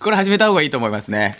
これ始めた方がいいと思いますね。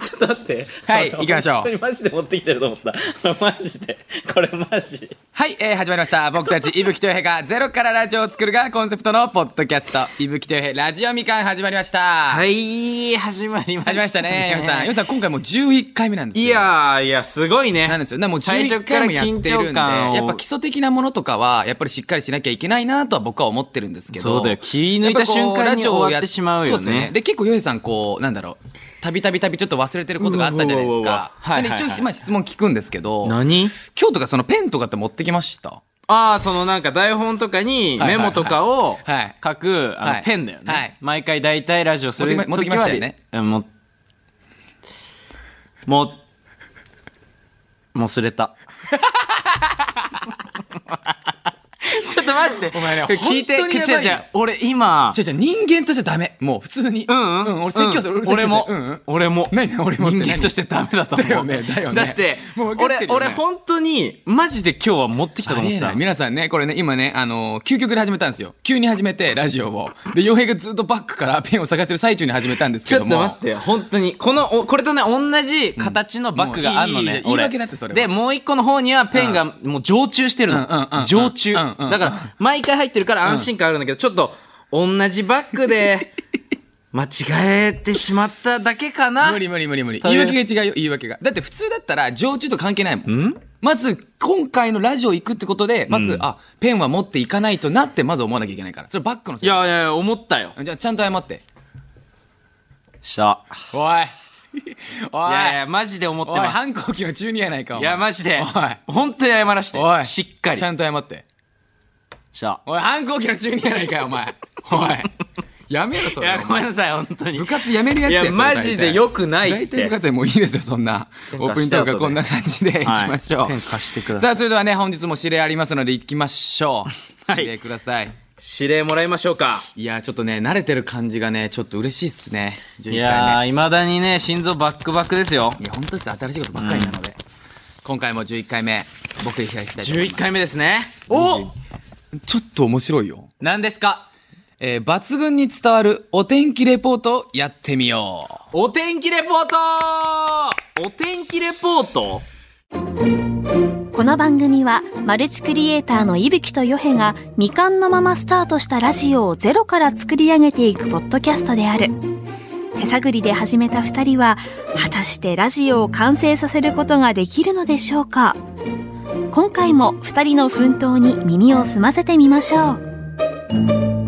ちょっと待って。はいあの行きましょう本当にマジで持ってきてると思った。マジで。これマジ。はい、えー始まりました。僕た ち、いぶきとよへがゼロからラジオを作るがコンセプトのポッドキャスト、いぶきとよへラジオみかん始まりました。はい、始まりました、始まりました ね、よへさん。よへさん、今回もう11回目なんですよ。いやー、いや、すごいね。なんですよ。なもう最初11から回もやってるん緊張で、感をやっぱ基礎的なものとかは、やっぱりしっかりしなきゃいけないなとは僕は思ってるんですけど。そうだよ気抜いた瞬間に終わってしまうよねやっぱこラジオをやっそうですよね。で、結構ヨヘさん、こう、なんだろう、たびたびたびちょっと忘れてることがあったじゃないですうわうわうわか。うわはいはいはいなんで一応、まあ質問聞くんですけど、今何日とかそのペンとかって持ってきましたああ、そのなんか台本とかにはいはいメモとかをはい書く、あはのいペンだよね。はい毎回大体ラジオする時は持ってきま持ってきましたよね。もう、もう、もうす れた。ちょっとマジで。お前ねこれ聞いて、本当にやばいよ違う違う俺今違、う違う、人間としてダメ。もう普通に。うんうん。俺説教する。うん俺もうんうん、。俺も。何俺もって人何間としてダメだと思う。だよねだよねだって、もう分かって俺、るよね俺本当に、マジで今日は持ってきたとあ思っりてえなたい。皆さんね、これね、今ね、あのー究極で始めたんですよ。急に始めて、ラジオを。で、洋平がずっとバックからペンを探してる最中に始めたんですちけょっどとも。待ってよ、本当に。この、おこれとね、同じ形のバッグがあるのうんもういいいねい。俺言い訳だってそれはで、もう一個の方にはペンがもう常駐してるうんうんうんうんの。常駐。うだんうんうんから、毎回入ってるから安心感あるんだけど、ちょっと、同じバッグで、間違えてしまっただけかな無。理無理無理無理。大言い変訳が違うよ、言い訳が。だって普通だったら、常駐と関係ないもん。んまず、今回のラジオ行くってことで、まず、うんあ、ペンは持っていかないとなって、まず思わなきゃいけないから。それバックのせい。いやいやいや、思ったよ。じゃあ、ちゃんと謝って。した。おい。おい。いやいや、マジで思っておい、ます。反抗期の中にやないか、おい前や、マジで。お本当に謝らして。い。おい。しっかり。ちゃんと謝って。しゃおい、反抗期の中にやないかよ、お前。おい。やめろ、そいれ。おや、前ごめんなさい、本当に。部活やめるやつやいやマジで良くないって大体部活やもういいですよそんな喧嘩してオープントークはこんな感じでいきはいましょう、喧嘩してくだささあそれではね本日も指令ありますのでいきましょう、はい指令ください指令もらいましょうか。いやーちょっとね慣れてる感じがねちょっと嬉しいっすねい11や回ー、いまだにね、心臓バックバックですよ。目いや本当です新しいことばっかりなので、今回も11回目僕で開きたいと思い11ま回目ですね。すおちょっと面白いよ何ですかえー抜群に伝わるお天気レポートをやってみようお天気レポートお天気レポートこの番組はマルチクリエイターの伊吹とヨヘが未完のままスタートしたラジオをゼロから作り上げていくポッドキャストである手探りで始めた2人は果たしてラジオを完成させることができるのでしょうか今回も2人の奮闘に耳を澄ませてみましょう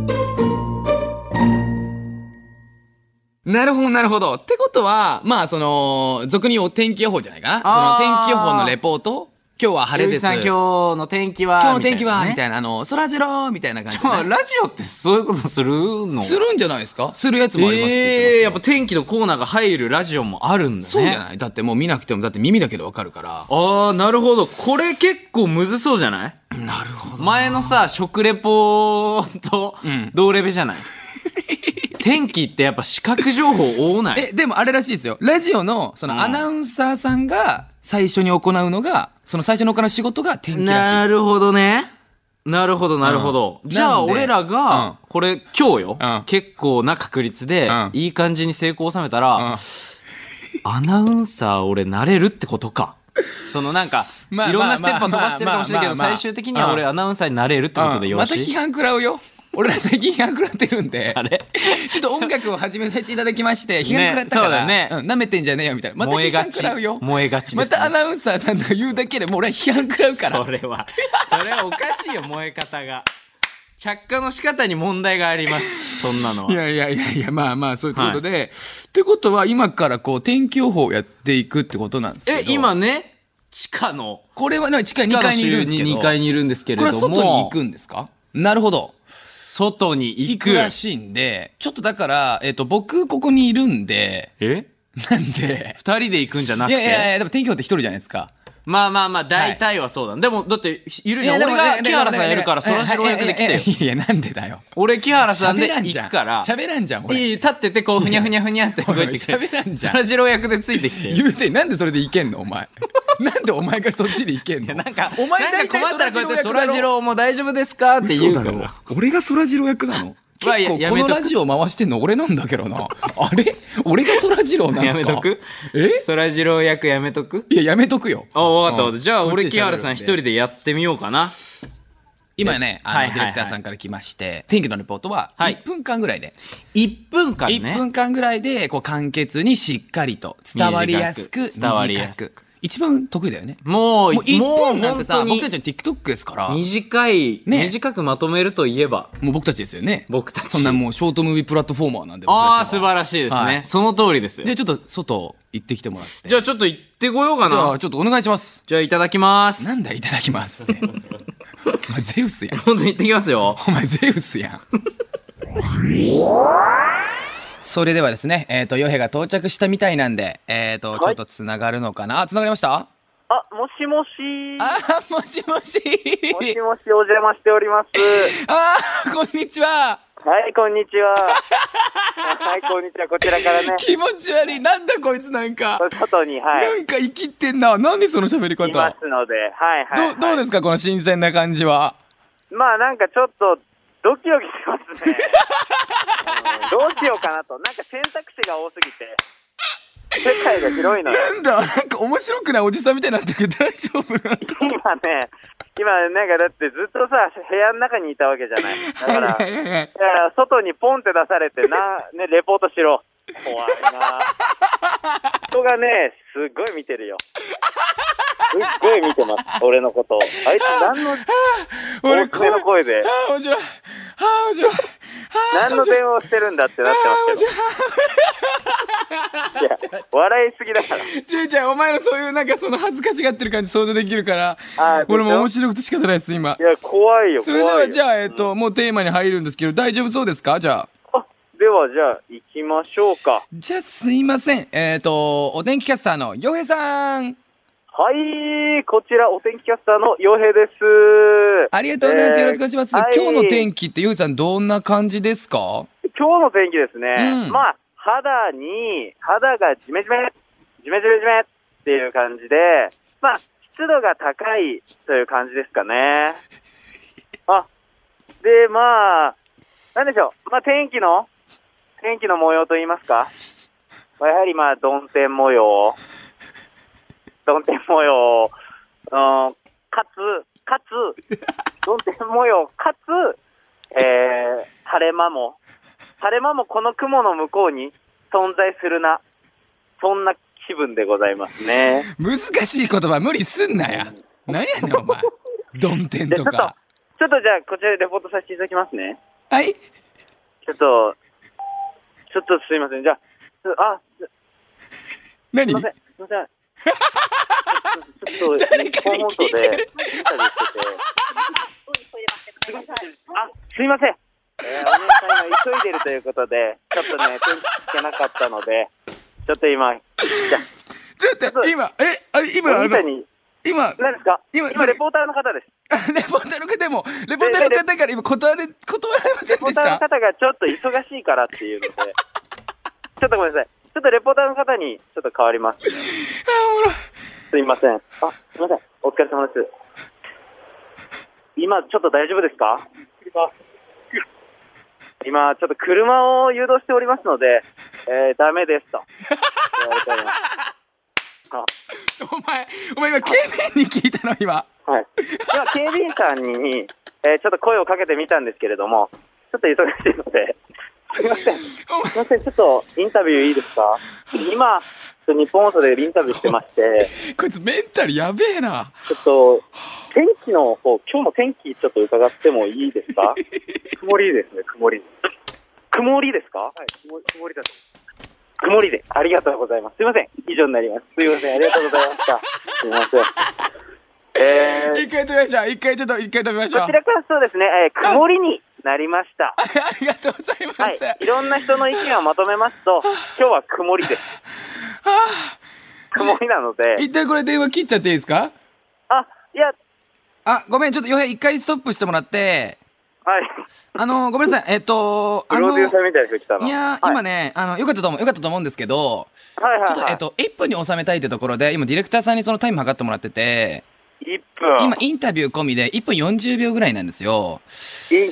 なるほど、なるほど。ってことは、まあ、その、俗に言うお天気予報じゃないかな。あーその天気予報のレポート今日は晴れです。さん、今日の天気は今日の天気は、みいたいな、あの、そらジローみたいな感じでなね。ね、でもラジオってそういうことするのするんじゃないですかするやつもありますって言ってますよええやっぱ天気のコーナーが入るラジオもあるんだね。そうじゃないだってもう見なくても、だって耳だけでわかるから。ああ、なるほど。これ結構むずそうじゃないなるほど。前のさ、食レポとん同レベじゃ ない、天気ってやっぱ視覚情報多ない。え、でもあれらしいですよ。ラジオの、そのアナウンサーさんが最初に行うのが、その最初に行う仕事が天気らしいなです。るほどね。なるほど、なるほど。うんじゃなあんで俺らが、これ今日よ、うん結構な確率でうん、いい感じに成功を収めたうんら、アナウンサー俺なれるってことか。そのなんか、まあいろんなステップは飛まあまあばしてるかもしれないけど、まあまあまあ最終的には俺アナウンサーになれるってことでうんよまろたし批い、判食らうよ。俺ら最近批判食らってるんで。 あれちょっと音楽を始めさせていただきまして、批判食らったそかうら、だねうん、舐めてんじゃねえよみたいな。また燃批えが判ち食らうよ。燃えがちですまねたアナウンサーさんとか言うだけでもう俺は批判食らうから。それはそれはおかしいよ燃え方が着火の仕方に問題がありますそんなのいはやいやいやいや、まあまあ、そういうことで。ってことは、今からこう、天気予報をやっていくってことなんですけど。え今、ね地下のこれはね、地下2階にいるんですけど。 2階にいるんですけれこどれもは外に行くんですかなるほど。外に行行くくらしいんで、ちょっとだから、えっ、と、僕、ここにいるんで、えなんで、二人で行くんじゃなくいてやいやいや、でも天気予報って一人じゃないですか。まあまあまあ大体はそうだ、でもだっているじゃん俺が木原さんやるからそらジロー役で来てよいやいや、なんでだよ。俺木原さんで喋らんじ行ゃん。くから喋らんじゃん、いい俺。立っててこうふにゃふにゃふにゃって動いておいくおい喋らんじゃんそらジロー役でついてきてよ言うて、なんでそれでいけんの、お前。なんでお前がそっちでいけんの。なんか、お前なん大か体困ったらこうやって、そ空らジジロローも大丈夫ですかってー言役だうかろ。嘘だろら。。俺がそらジロー役なのは結や構やこめのとラくジオ回してんの俺なんだけどな。あれ俺がそらジローなんですか やめとくえそらジロー役やめとくいや、やめとくよ。あわかったわかうんったじゃあこっち俺で木原さん一人喋るで。でやってみようかな今ね、あの、はいはいはいディレクターさんから来まして、天気のレポートははい1分間ぐらいで、 1分間一ね分間ぐらいで、こう、簡潔にしっかりと伝わりやすく、短く伝わりやすく短く一番得意だよね。もうもう1分なんてもうさ、本当に僕たちの TikTok ですから、も短い、ね短くまとめるといえばう僕たちですよね。僕たちそんなもうショートムービープラットフォーマーなんで。ああ素晴しらしいですね、はいその通りですよじゃあちょっと外行ってきてもらって。じゃあちょっと行ってこようかじゃなあちょっとお願いします。じゃあいただきますなんだいただきますって。お前ゼウスやん。本当に行ってきま すよお前ゼウスやん。それではですね、えっ、と、ヨヘが到着したみたいなんで、えっ、と、ちょっとつながるのかな。あ、つながりましたあ、もしもし。あー、もしもし。もしもし、お邪魔しております。あー、こんにちは。はい、こんにち は。はい、こんにちは。こちらからね、気持ち悪い。なんだこいつなんか。外に、は、ないんか生きてんな。何その喋り方。いますので、はい、はい、はいどう、どうですかこの新鮮な感じは。まあ、なんかちょっと、ドキドキしま すね。うんどうしようかなと。なんか選択肢が多すぎて、世界が広いのよ。 なんだ、なんか面白くないおじさんみたいになってるけど大丈夫なの今ね、今、なんかだってずっとさ、部屋の中にいたわけじゃない。だから、はいはいはいはい。だから外にポンって出されて な、ね、レポートしろ。怖いな。人がね、すっごい見てるよ。すっごい見てます、俺のことを。あいつ何の、俺、大こきめの声で、ああ、面白い。ああ、面白い。ああ、何の電話をしてるんだってなってますけど。いや、笑いすぎだから。ちえちゃん、お前のそういうなんかその恥ずかしがってる感じ想像できるからあー、俺もでしょ面白くて仕方ないです、今い。や、怖いよ、それで怖いはよ。じゃあ、えっと、もうテーマに入るんですけど、大丈夫そうですかじゃあ。あ、ではじゃあ、行きましょうか。じゃあ、すいません。えっと、お天気キャスターの洋平さん。はい、こちら、お天気キャスターの洋平です。ありがとうございます。えーよろしくお願いします。はい今日の天気って、洋平さん、どんな感じですか今日の天気ですね、うんまあ、肌に、肌がジメジメ、ジメジメジメっていう感じで、まあ、湿度が高いという感じですか ね。あ、で、まあ、なんでしょう、まあ、天気の、天気の模様といいますか、まあ、やはりまあ、曇天模様、曇天模様、うん、かつ、か つ、曇天模様、かつ、えー、晴れ間も、晴れ間もこの雲の向こうに存在するな、そんな気分でございま すね。難しい言葉、無理すんなや。なんやねん、お前。どん天でちょとっと、ちょっか。とじゃあ、こちらでレポートさせていただきますね。はい。ちょっと、ちょっとすいません。じゃあ、すあ、す何いません、すいません。 ちょっと、誰かに聞いてる日本放送でインタビューしてて あ、すいません。えー、お姉さんが急いでるということで、ちょっとね、手につけなかったので、ちょっと今、じゃあちょっと待って、今、え、あれ、今、あお兄のさん、に、今、何ですか今今、それレポーターの方です。あレポーターの方も、レポーターの方から今断れ、断られませんでレポーしターた。の方がちょっと忙しいからっ ていうので、ちょっとごめんなさい。ちょっとレポーターの方にちょっと変わります。すいません。あ、すいません。お疲れ様です。今、ちょっと大丈夫ですか今、ちょっと車を誘導しておりますので、えー、ダメです と。言われておりますあお前、お前今、警備員に聞いたの、今。はい。今、警備員さんに、えーちょっと声をかけてみたんですけれども、ちょっと忙しいので、すいません。すお前いません、ちょっとインタビューいいですか今、ちょっと日本放送でインタビューしてまして、こいつメンタルやべえな。ちょっと、天気の方、今日の天気ちょっと伺ってもいいですか曇りですね、曇り。曇りですかはい、曇り曇りだと。曇りで、ありがとうございます。すいません、以上になります。すいません、ありがとうございました。すいません。えー一回止めましょう。一回ちょっと、一回止めましょう。こちらからそうですね、えー曇りになりまし あた。りがとうございまはいす。あ。いろんな人の意見をまとめますと、今日は曇りです。あ曇りなのでー、、一旦これ電話切っちゃっていいですかあ、いや、あ、ごめん、ちょっと、よへ、一回ストップしてもらって、はい。あの、ごめんなさい、えっと、プあ ロの、デューサーみたいな人来たの。いやー、はい今ね、あの、よかったと思う、よかったと思うんですけど、はいちょはっいと、はい。えっと、1分に収めたいってところで、今、ディレクターさんにそのタイム測ってもらってて、 1分。今、インタビュー込みで1分40秒ぐらいなんですよ。いい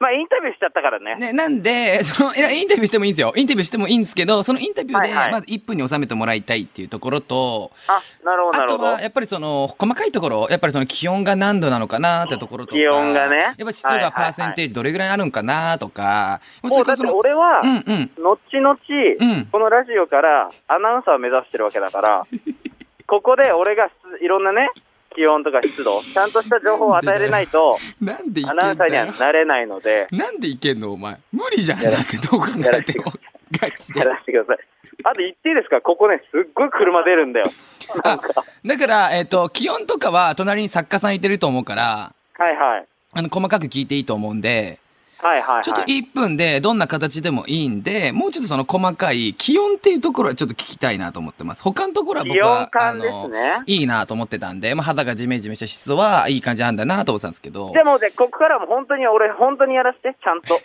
まあ、インタビューしちゃったからね。ね、なんで、 その、いやインタビューしてもいいんですよ。インタビューしてもいいんですけど、そのインタビューで、はいはいまず1分に収めてもらいたいっていうところと、あ、なるほど、なあるとほど。は、やっぱりその、細かいところ、やっぱりその気温が何度なのかなってところとか、気温がねやっぱ湿度はいはいはがいパーセンテージどれぐらいあるんかなとか、もうだって俺は、うんうん。後々、うんこのラジオからアナウンサーを目指してるわけだから、 ここで俺がしいろんなね、気温とか湿度、ちゃんとした情報を与えれないと、なんでいけアんだナウンサーにはよ。なれないので、なんでいけんのお前。無理じゃん。やだらってどう考えても。ガチでや。らせてください。あと言っていいですかここね、すっごい車出るんだよ。あだから、えっ、と、気温とかは隣に作家さんいてると思うから、はいはい。あの、細かく聞いていいと思うんで、はいはい、はい。ちょっと1分でどんな形でもいいんで、もうちょっとその細かい気温っていうところはちょっと聞きたいなと思ってます。他のところは僕は、気温あ感ですのね、いいなと思ってたんで、まあ、肌がジメジメした質はいい感じなんだなと思ってたんですけどで、もね、ここからはもう本当に俺、本当にやらせて、ちゃ んと。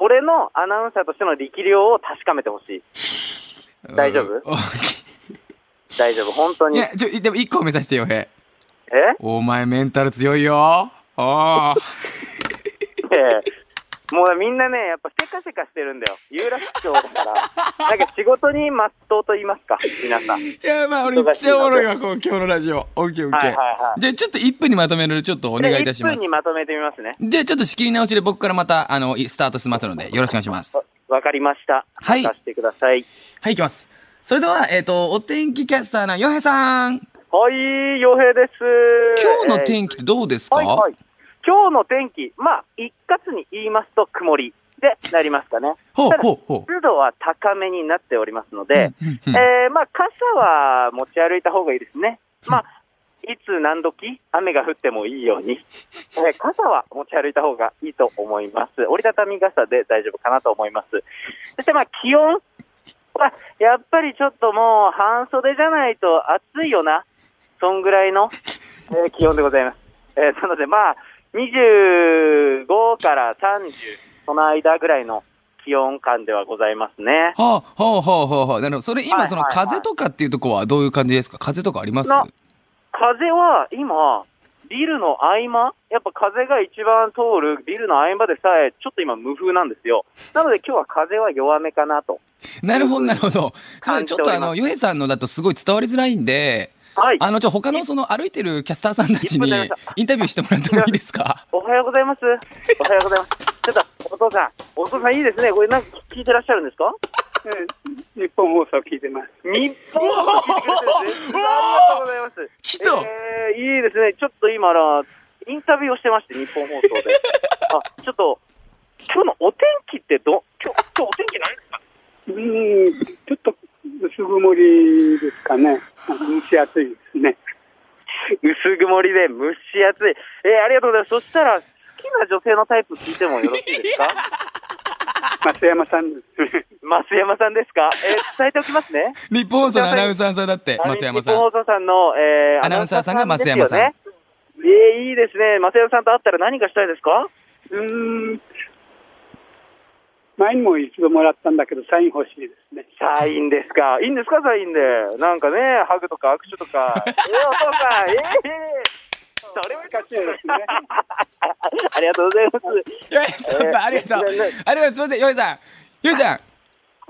俺のアナウンサーとしての力量を確かめてほしい。大丈夫うん大丈夫、本当 いに。えや、ちょ、でも1個目指してよ、へ。お前メンタル強いよ。ああ。ええもうみんなね、やっぱせかせかしてるんだよ。有楽町だ から。なんか仕事にまっとうと言いますか、皆さん。いや、まあ俺一応おもろいわ、こう今日のラジオ。オッケーオッケはいはーいは。いじゃあちょっと1分にまとめる、ちょっとお願いいたしま1す分に。まとめてみますね。じゃあちょっと仕切り直しで僕からまた、あの、いスタートしますので、よろしくお願いします。わかりました。はい任せてください。はい、いきます。それでは、えっ、と、お天気キャスターのヨヘさん。はい、洋平です。今日の天気っ気てどうですか、はいはい。今日の天気、まあ、一括に言いますと曇りでなりますかね。ほうただほうほう。湿度は高めになっておりますので、うんうんうんえーまあ、傘は持ち歩いた方がいいですね。まあ、いつ何時雨が降ってもいいように、えー傘は持ち歩いた方がいいと思います。折りたたみ傘で大丈夫かなと思います。そして、まあ、気温は、やっぱりちょっともう半袖じゃないと暑いよな。そんぐら いの、えー気温でございます。えーなので、まあ、25から30、その間ぐらいの気温感ではございますはね。あ、はあ、はあ、はあ、はあ。なるほど。それは今、いそのはいはい風とかっていうとこはどういう感じですか風とかありますな風は今、ビルの合間、やっぱ風が一番通るビルの合間でさえ、ちょっと今無風なんですよ。なので今日は風は弱めかなと。なるほど、なるほど。すみません、感ちじょっておりますとあの、ヨヘさんのだとすごい伝わりづらいんで、はい。あの、ちょ、他のその歩いてるキャスターさんたちにいっぱい出まインタビューしてもらってもいいですかおはようございます。おはようございます。ちょっと、お父さん、お父さんいいですね。これなんか聞いてらっしゃるんですか日本放送聞いてます。日本を聞いてくれてるんですね。ありがとうございます。来た えー、いいですね。ちょっと今ら、インタビューをしてまして、日本放送 で。あ、ちょっと、今日のお天気ってど、今日、今日お天気何ですかうん、ちょっと薄曇りですかね。蒸し暑いですね。薄曇りで蒸し暑い。えー、ありがとうございます。そしたら、好きな女性のタイプ聞いてもよろしいで すか松山さんですね。増山さんですかえー伝えておきますね。日本放送のアナウンサーさんだって、松山さあん。の日本放送さんの、えー、アナウンサーさんが松山さんアナウンサーさんですよねえー、いいですね。松山さんと会ったら何がしたいですかうん。前にも一度もらったんだけど、サイン欲しいですね。サインですか。いいんですか、サインで。なんかね、ハグとか握手と か。えー、お父さん、ええそれはかしいですね。 ありがとうございます。ヨヘさん、ありがとう。ありがとう、すみません、ヨヘさん。ヨヘさん。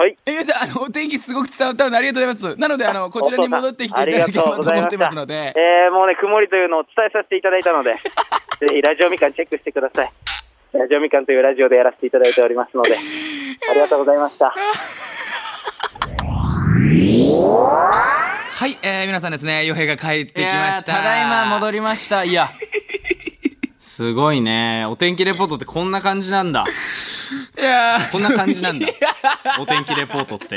はい。え皆さん、あの、お天気すごく伝わったのでありがとうございます。なので、あの、こちらに戻ってきていただければと思ってますので。えー、もうね、曇りというのをお伝えさせていただいた ので、ぜひラジオみかんチェックしてください。ラジオみかんというラジオでやらせていただいておりますの で、ありがとうございました。はい、えー、皆さんですね、ヨヘが帰ってきいやまーした。ただいま戻り。りました。いや。すごいね。お天気レポートってこんな感じなんだ。いやーこんな感じなんだ。お天気レポートって。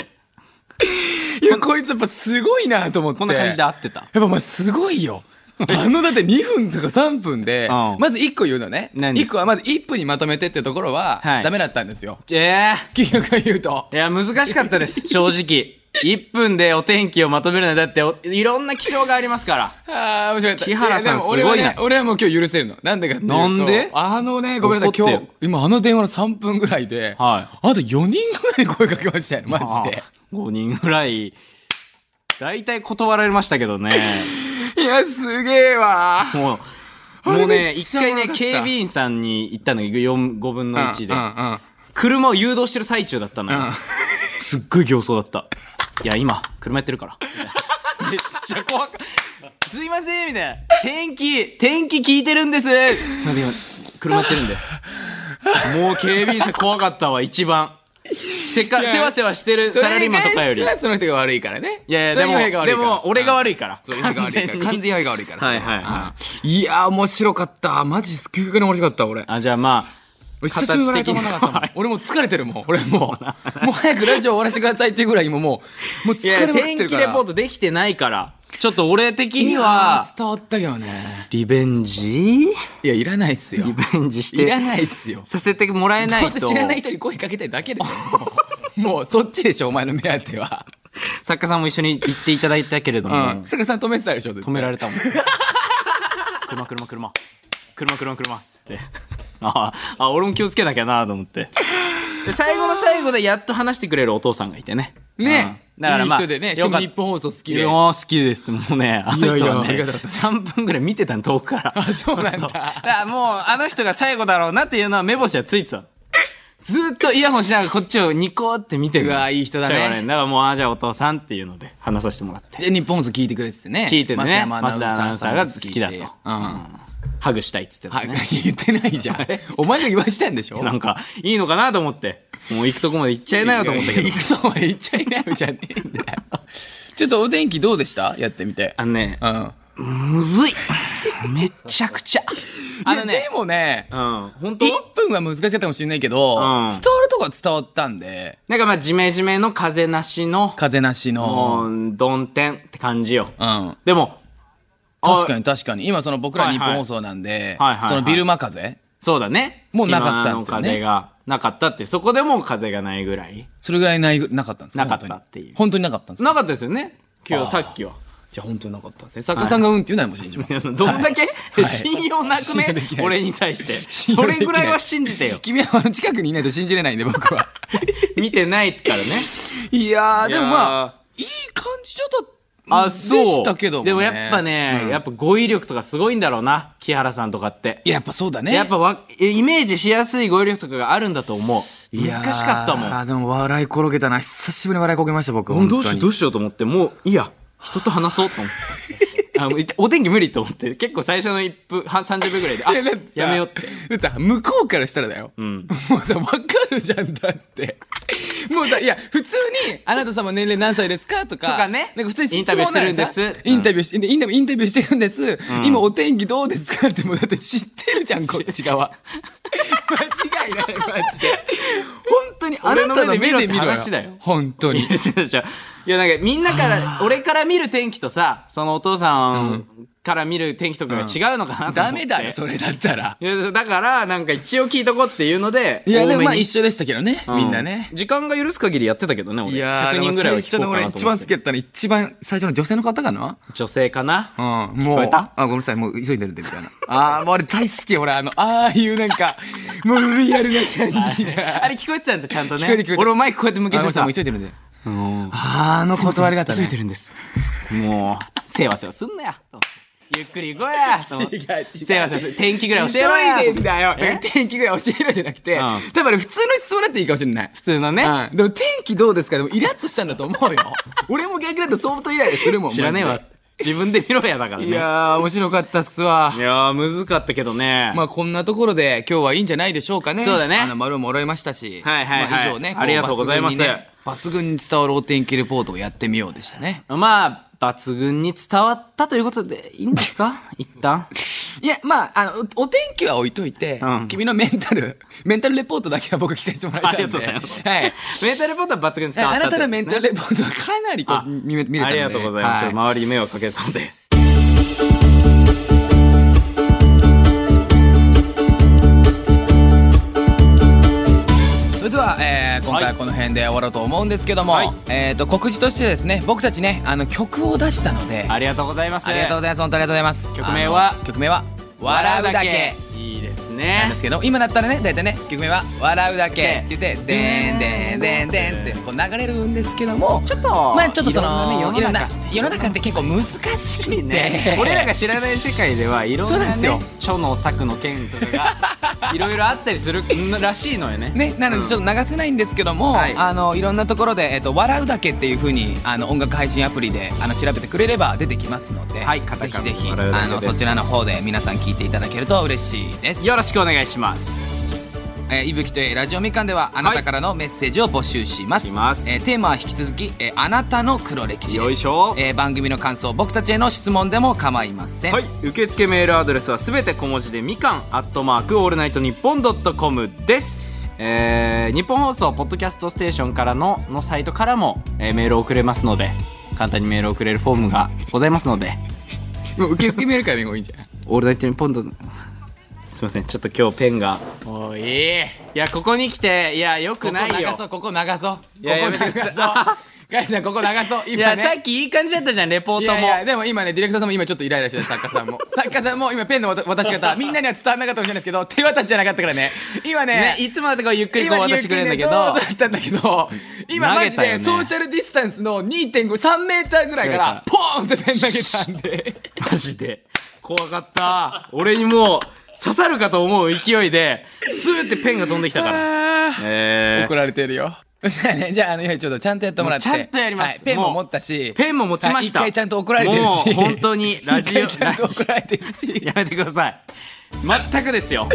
いや、こいつやっぱすごいなと思って。こんな感じで合ってた。やっぱお前すごいよ。あの、だって2分とか3分で、うんまず1個言うのね。何です1個はまず1分にまとめてってところはは、いダメだったんですよ。え金額が言うとー。いや、難しかっ たです。正直。1分でお天気をまとめるのはだってお、いろんな気象がありますから。ああ、面白かった。木原さやでんも俺はすごねい、な俺はもう今日許せるの。なんでかっていうと。なんであのね、ごめんなさい、怒っ今てよ日、今あの電話の3分ぐらいで、はあと4人ぐらいに声かけましたよね、マジで。 5人ぐらい、大体断られましたけどね。いや、すげえわ。もう、もうめね、っち一ゃおも回ろかっね、た警備員さんに行ったのよ、4、5分の1でうん。うん車を誘導してる最中だったのよう。んすっごい形相だった。いや、今、車やってるから。めっちゃ怖かった。すいません、みたいな。天気、天気聞いてるんです。すいません、今、車やってるんで。もう警備員さん怖かったわ、一番。せっか、せわせわしてるそサラれリーにマン関とかよしてり。いはその人が悪いからね。やいそれや、ヨヘでも、が悪いからでも、俺が悪いから。そう、ヨヘが悪いから。完全ヨヘが悪いから。はいはいはいそれうんいやー、面白かった。マジ、究極に面白かった、俺。あ、じゃあまあ、俺久しぶりに笑い止まんなかったもん形的に俺もう疲れてるもん。俺もう、もう早くラジオ終わらせてくださいっていうぐらい今もう、もうい疲れやまくって天るか気ら。レポートできてないからちょっと俺的にいやはー伝わったけどね。リベンジいや、いらないっすよ。リベンジしいらてないっすよ。させてもらえないどうせと知らない人に声かけたいだけでしょ。もう もうそっちでしょ、お前の目当ては。作家さんも一緒に行っていただいたけれどうも、ん。坂さん止めてたでしょ、止止められたもん車車車車車車っつってああ俺も気をつけなきゃなと思ってで最後の最後でやっと話してくれるお父さんがいてねねうんだからまあいい人でね、よ新かっ日本放送好きいでや。好きですってもうねあの人はいやいやありねがたかった3分ぐらい見てたの遠くからあそう なんだからもうあの人が最後だろうなっていうのは目星はついてたのずっとイヤホンしながらこっちをニコって見てるうわいい人だねしょうがないだからもうあじゃあお父さんっていうので話させてもらってで日本放送聞いてくれててね聞いてね増田増田アナウンサーが好きだとうんハグしたいっつってたはのね、言ってないじゃんお前が言わしたんでしょなんかいいのかなと思ってもう行くとこまで行っちゃいなよと思ったけど行くとこまで行っちゃいないよじゃねえんだよちょっとお天気どうでしたやってみてあのねうんむずいめちゃくちゃあのいやでねもねうん本当1分は難しかったかもしれないけど伝うんわるとこは伝わったんでなんかまあジメジメの風なしの風なしのもうどんてんって感じようんでも確かにに確かに今その僕らはい日はい本放送なんではいはいはいそのビルマ風そうだねもうなかったんですよね隙間の風がなかったっていうそこでもう風がないぐらいそれぐらいないなかったんですかなかったってい本当にう本当になかったんですかなかったですよね今あー日さっきは じゃあ本当になかったですね。作家さんがうんって言うならもう信じまいやす。 どんだけ、い信用なくね信用できない俺に対して 信そ用できないれぐらいは信じてよ君はあの近くにいないと信じれないんで僕は。見てないからね いやー、いやーでもまあ、いい感じだった、あそ うでしたけども、ね。でもやっぱね、うんやっぱ語彙力とかすごいんだろうな木原さんとかっていややっぱそうだね。やっぱわイメージしやすい語彙力とかがあるんだと思ういやー難しかったもんあーでも笑い転げたな。久しぶりに笑い転げました、僕。もうどうしようどううしようと思ってもういいや人と話そうと思っ てあもういお天気無理と思って結構最初の1分は30分ぐらいであだってさやめようって。だってさ向こうからしたらだよ。んもうさ、わかるじゃんだって。 もうさ、いや、普通に、あなた様年齢何歳ですかとか。とかねなんか普通に質問インタビューしてるんですなんかさインタビューし、インタビュー、インタビューしてるんです。今お天気どうですかってもうだって知ってるじゃん、こっ ち側。間違いない、マジで。本当に、あなたの目で俺の目で見ろって見ろよ話だよ。本当にい。や 違う違ういやなんかみんなから俺から見る天気とさそのお父さんから見る天気とかが違うのかなと思って、ダメだよ、それだったら。いやだからなんか一応聞いとこうっていうのでいや、でもまあ多めに一緒でしたけどね、みんなねう。時間が許す限りやってたけどね俺いやー、 100人ぐらいは聞こうか俺なと一思番って好きやったの一番最初の女性の方かな女性か なうん、もう。こえたあ、ごめんなさい、もう急いでるんで、みたいな。 あー、もう俺大好き、俺、あの、ああいうなんか、もうリアルな感じが。 あれ聞こえてたんだちゃんとね聞こえて聞こえて 俺もマイクこうやって向けあごめんてなさいさもう急いでるんで。うんあーあの断り方急いね。てるんです。もう、せわせわすんなや。とゆっくり行こうや。と違う違うせわせわ す天気ぐらい急教えろや。いでんだよ。だからえ天気ぐらい教えろじゃなくて、ん多分あれ普通の質問だっていいかもしれない。普通のね。うん、でも天気どうですかでもイラッとしたんだと思うよ。 俺も逆だと相当イライラするもん。知らねえマわジ。自分で見ろやだからで。いね。やー、面白かったっすわい。やー、むずかったけどね。 まあこんなところで今日はいいんじゃないでしょうかね。そうだねあの丸もらいましたし。はいはいはいまあ、以上ね。こありがとうございます抜群にね抜群に伝わるお天気レポートをやってみようでしたね。まあ、抜群に伝わったということでいいんですか一旦。いや、まあ、あの、おお天気は置いといて、うん君のメンタル、 メンタルレポートだけは僕聞かせてもらいたいんで。ありがとうございますはい。メンタルレポートは抜群に 伝わあったなとたいのうことですね、メンタルレポートはかなりこう見見れたのでありがとうございます。はい周りに迷惑かけそうで。それでは、えー今回はこの辺で終わろうと思うんですけども、はいえー、と告示としてですね僕たちねあの曲を出したのでありがとうございます。ありがとうございます。本当にありがとうございます。曲名はあの曲名は笑笑ううだだけけ。いいですなんねですけど今だったらね大体ね曲名は「笑うだけ」って言って「でんでんでんでん」ってこう流れるんですけどもちょっとまあちょっとそのいいろろんんなな世の中って結構難しいんでね、俺らが知らない世界ではいろんなそうなんねですよ書の作の件とか がいろいろあったりするらしいのよね ね、なのでちょっと流せないんですけども、はいあのいろんなところで、えっと「笑うだけ」っていうふうにあの音楽配信アプリであの調べてくれれば出てきますので、はいカぜタカひナぜひ笑うだけあのでそすちらの方で皆さん聞いていただけると嬉しいです。よろしくお願いしますえー、いぶきとえラジオみかんではあなたからのメッセージを募集します,、しますえーテーマは引き続き、えーあなたの黒歴史ですよいしょえー番組の感想僕たちへの質問でも構いません、はい受付メールアドレスはすべて小文字でみかんアットマークオールナイトニッポンドットコムですえー、日本放送ポッドキャストステーションからののサイトからも、えーメールを送れますので簡単にメールを送れるフォームがございますのでもう受付メールからでもいいんじゃんオールナイトニッポンドすいませんちょっと今日ペンがおいいやここに来ていやよここくない流よそうここ流そうここいややめてく流だそう さガリちゃんここ流そう今ねいやさっきいい感じだったじゃんレポーいトやいやもでも今ねディレクターさんも今ちょっとイライラしてる作家さんも作家さんも今ペンの渡渡し方みんなには伝わらなかったかもしれないですけど手渡しじゃなかったからね今ねねいつもだとこうゆっくりこう今渡してくれるんだけどだったんだけど今マジ投げたでよねソーシャルディスタンスの2.53メーターぐらいからポーンってペン投げたんで マジで怖かった俺にもう刺さるかと思う勢いでスーってペンが飛んでき たからえ怒られてるよじゃあねじゃああのいやちょっとちゃんとやってもらってもうちゃんとやりますはいペンももう持ったしー、ペンも持ちました、はい一回ちゃんと怒られてるもしう本当にラジオ一回ラちゃんと怒ジられてるしオやめてください全くですよ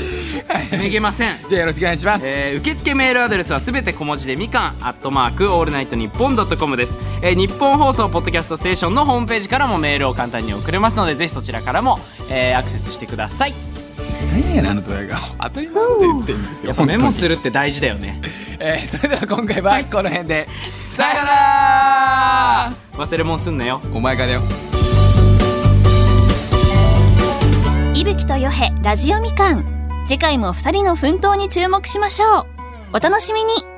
めげませんじゃあよろしくお願いします、えー受付メールアドレスはすべて小文字でみかんアットマークオールナイトニッポンドットコムです、えー日本放送ポッドキャストステーションのホームページからもメールを簡単に送れますのでぜひそちらからも、えーアクセスしてください何やねんあのドヤ顔当たり前のこと言ってるんですよやっぱメモするって大事だよねえーそれでは今回はこの辺でさよな ら忘れ物すんなよお前がだよいぶきとよへラジオみかん次回も2人の奮闘に注目しましょうお楽しみに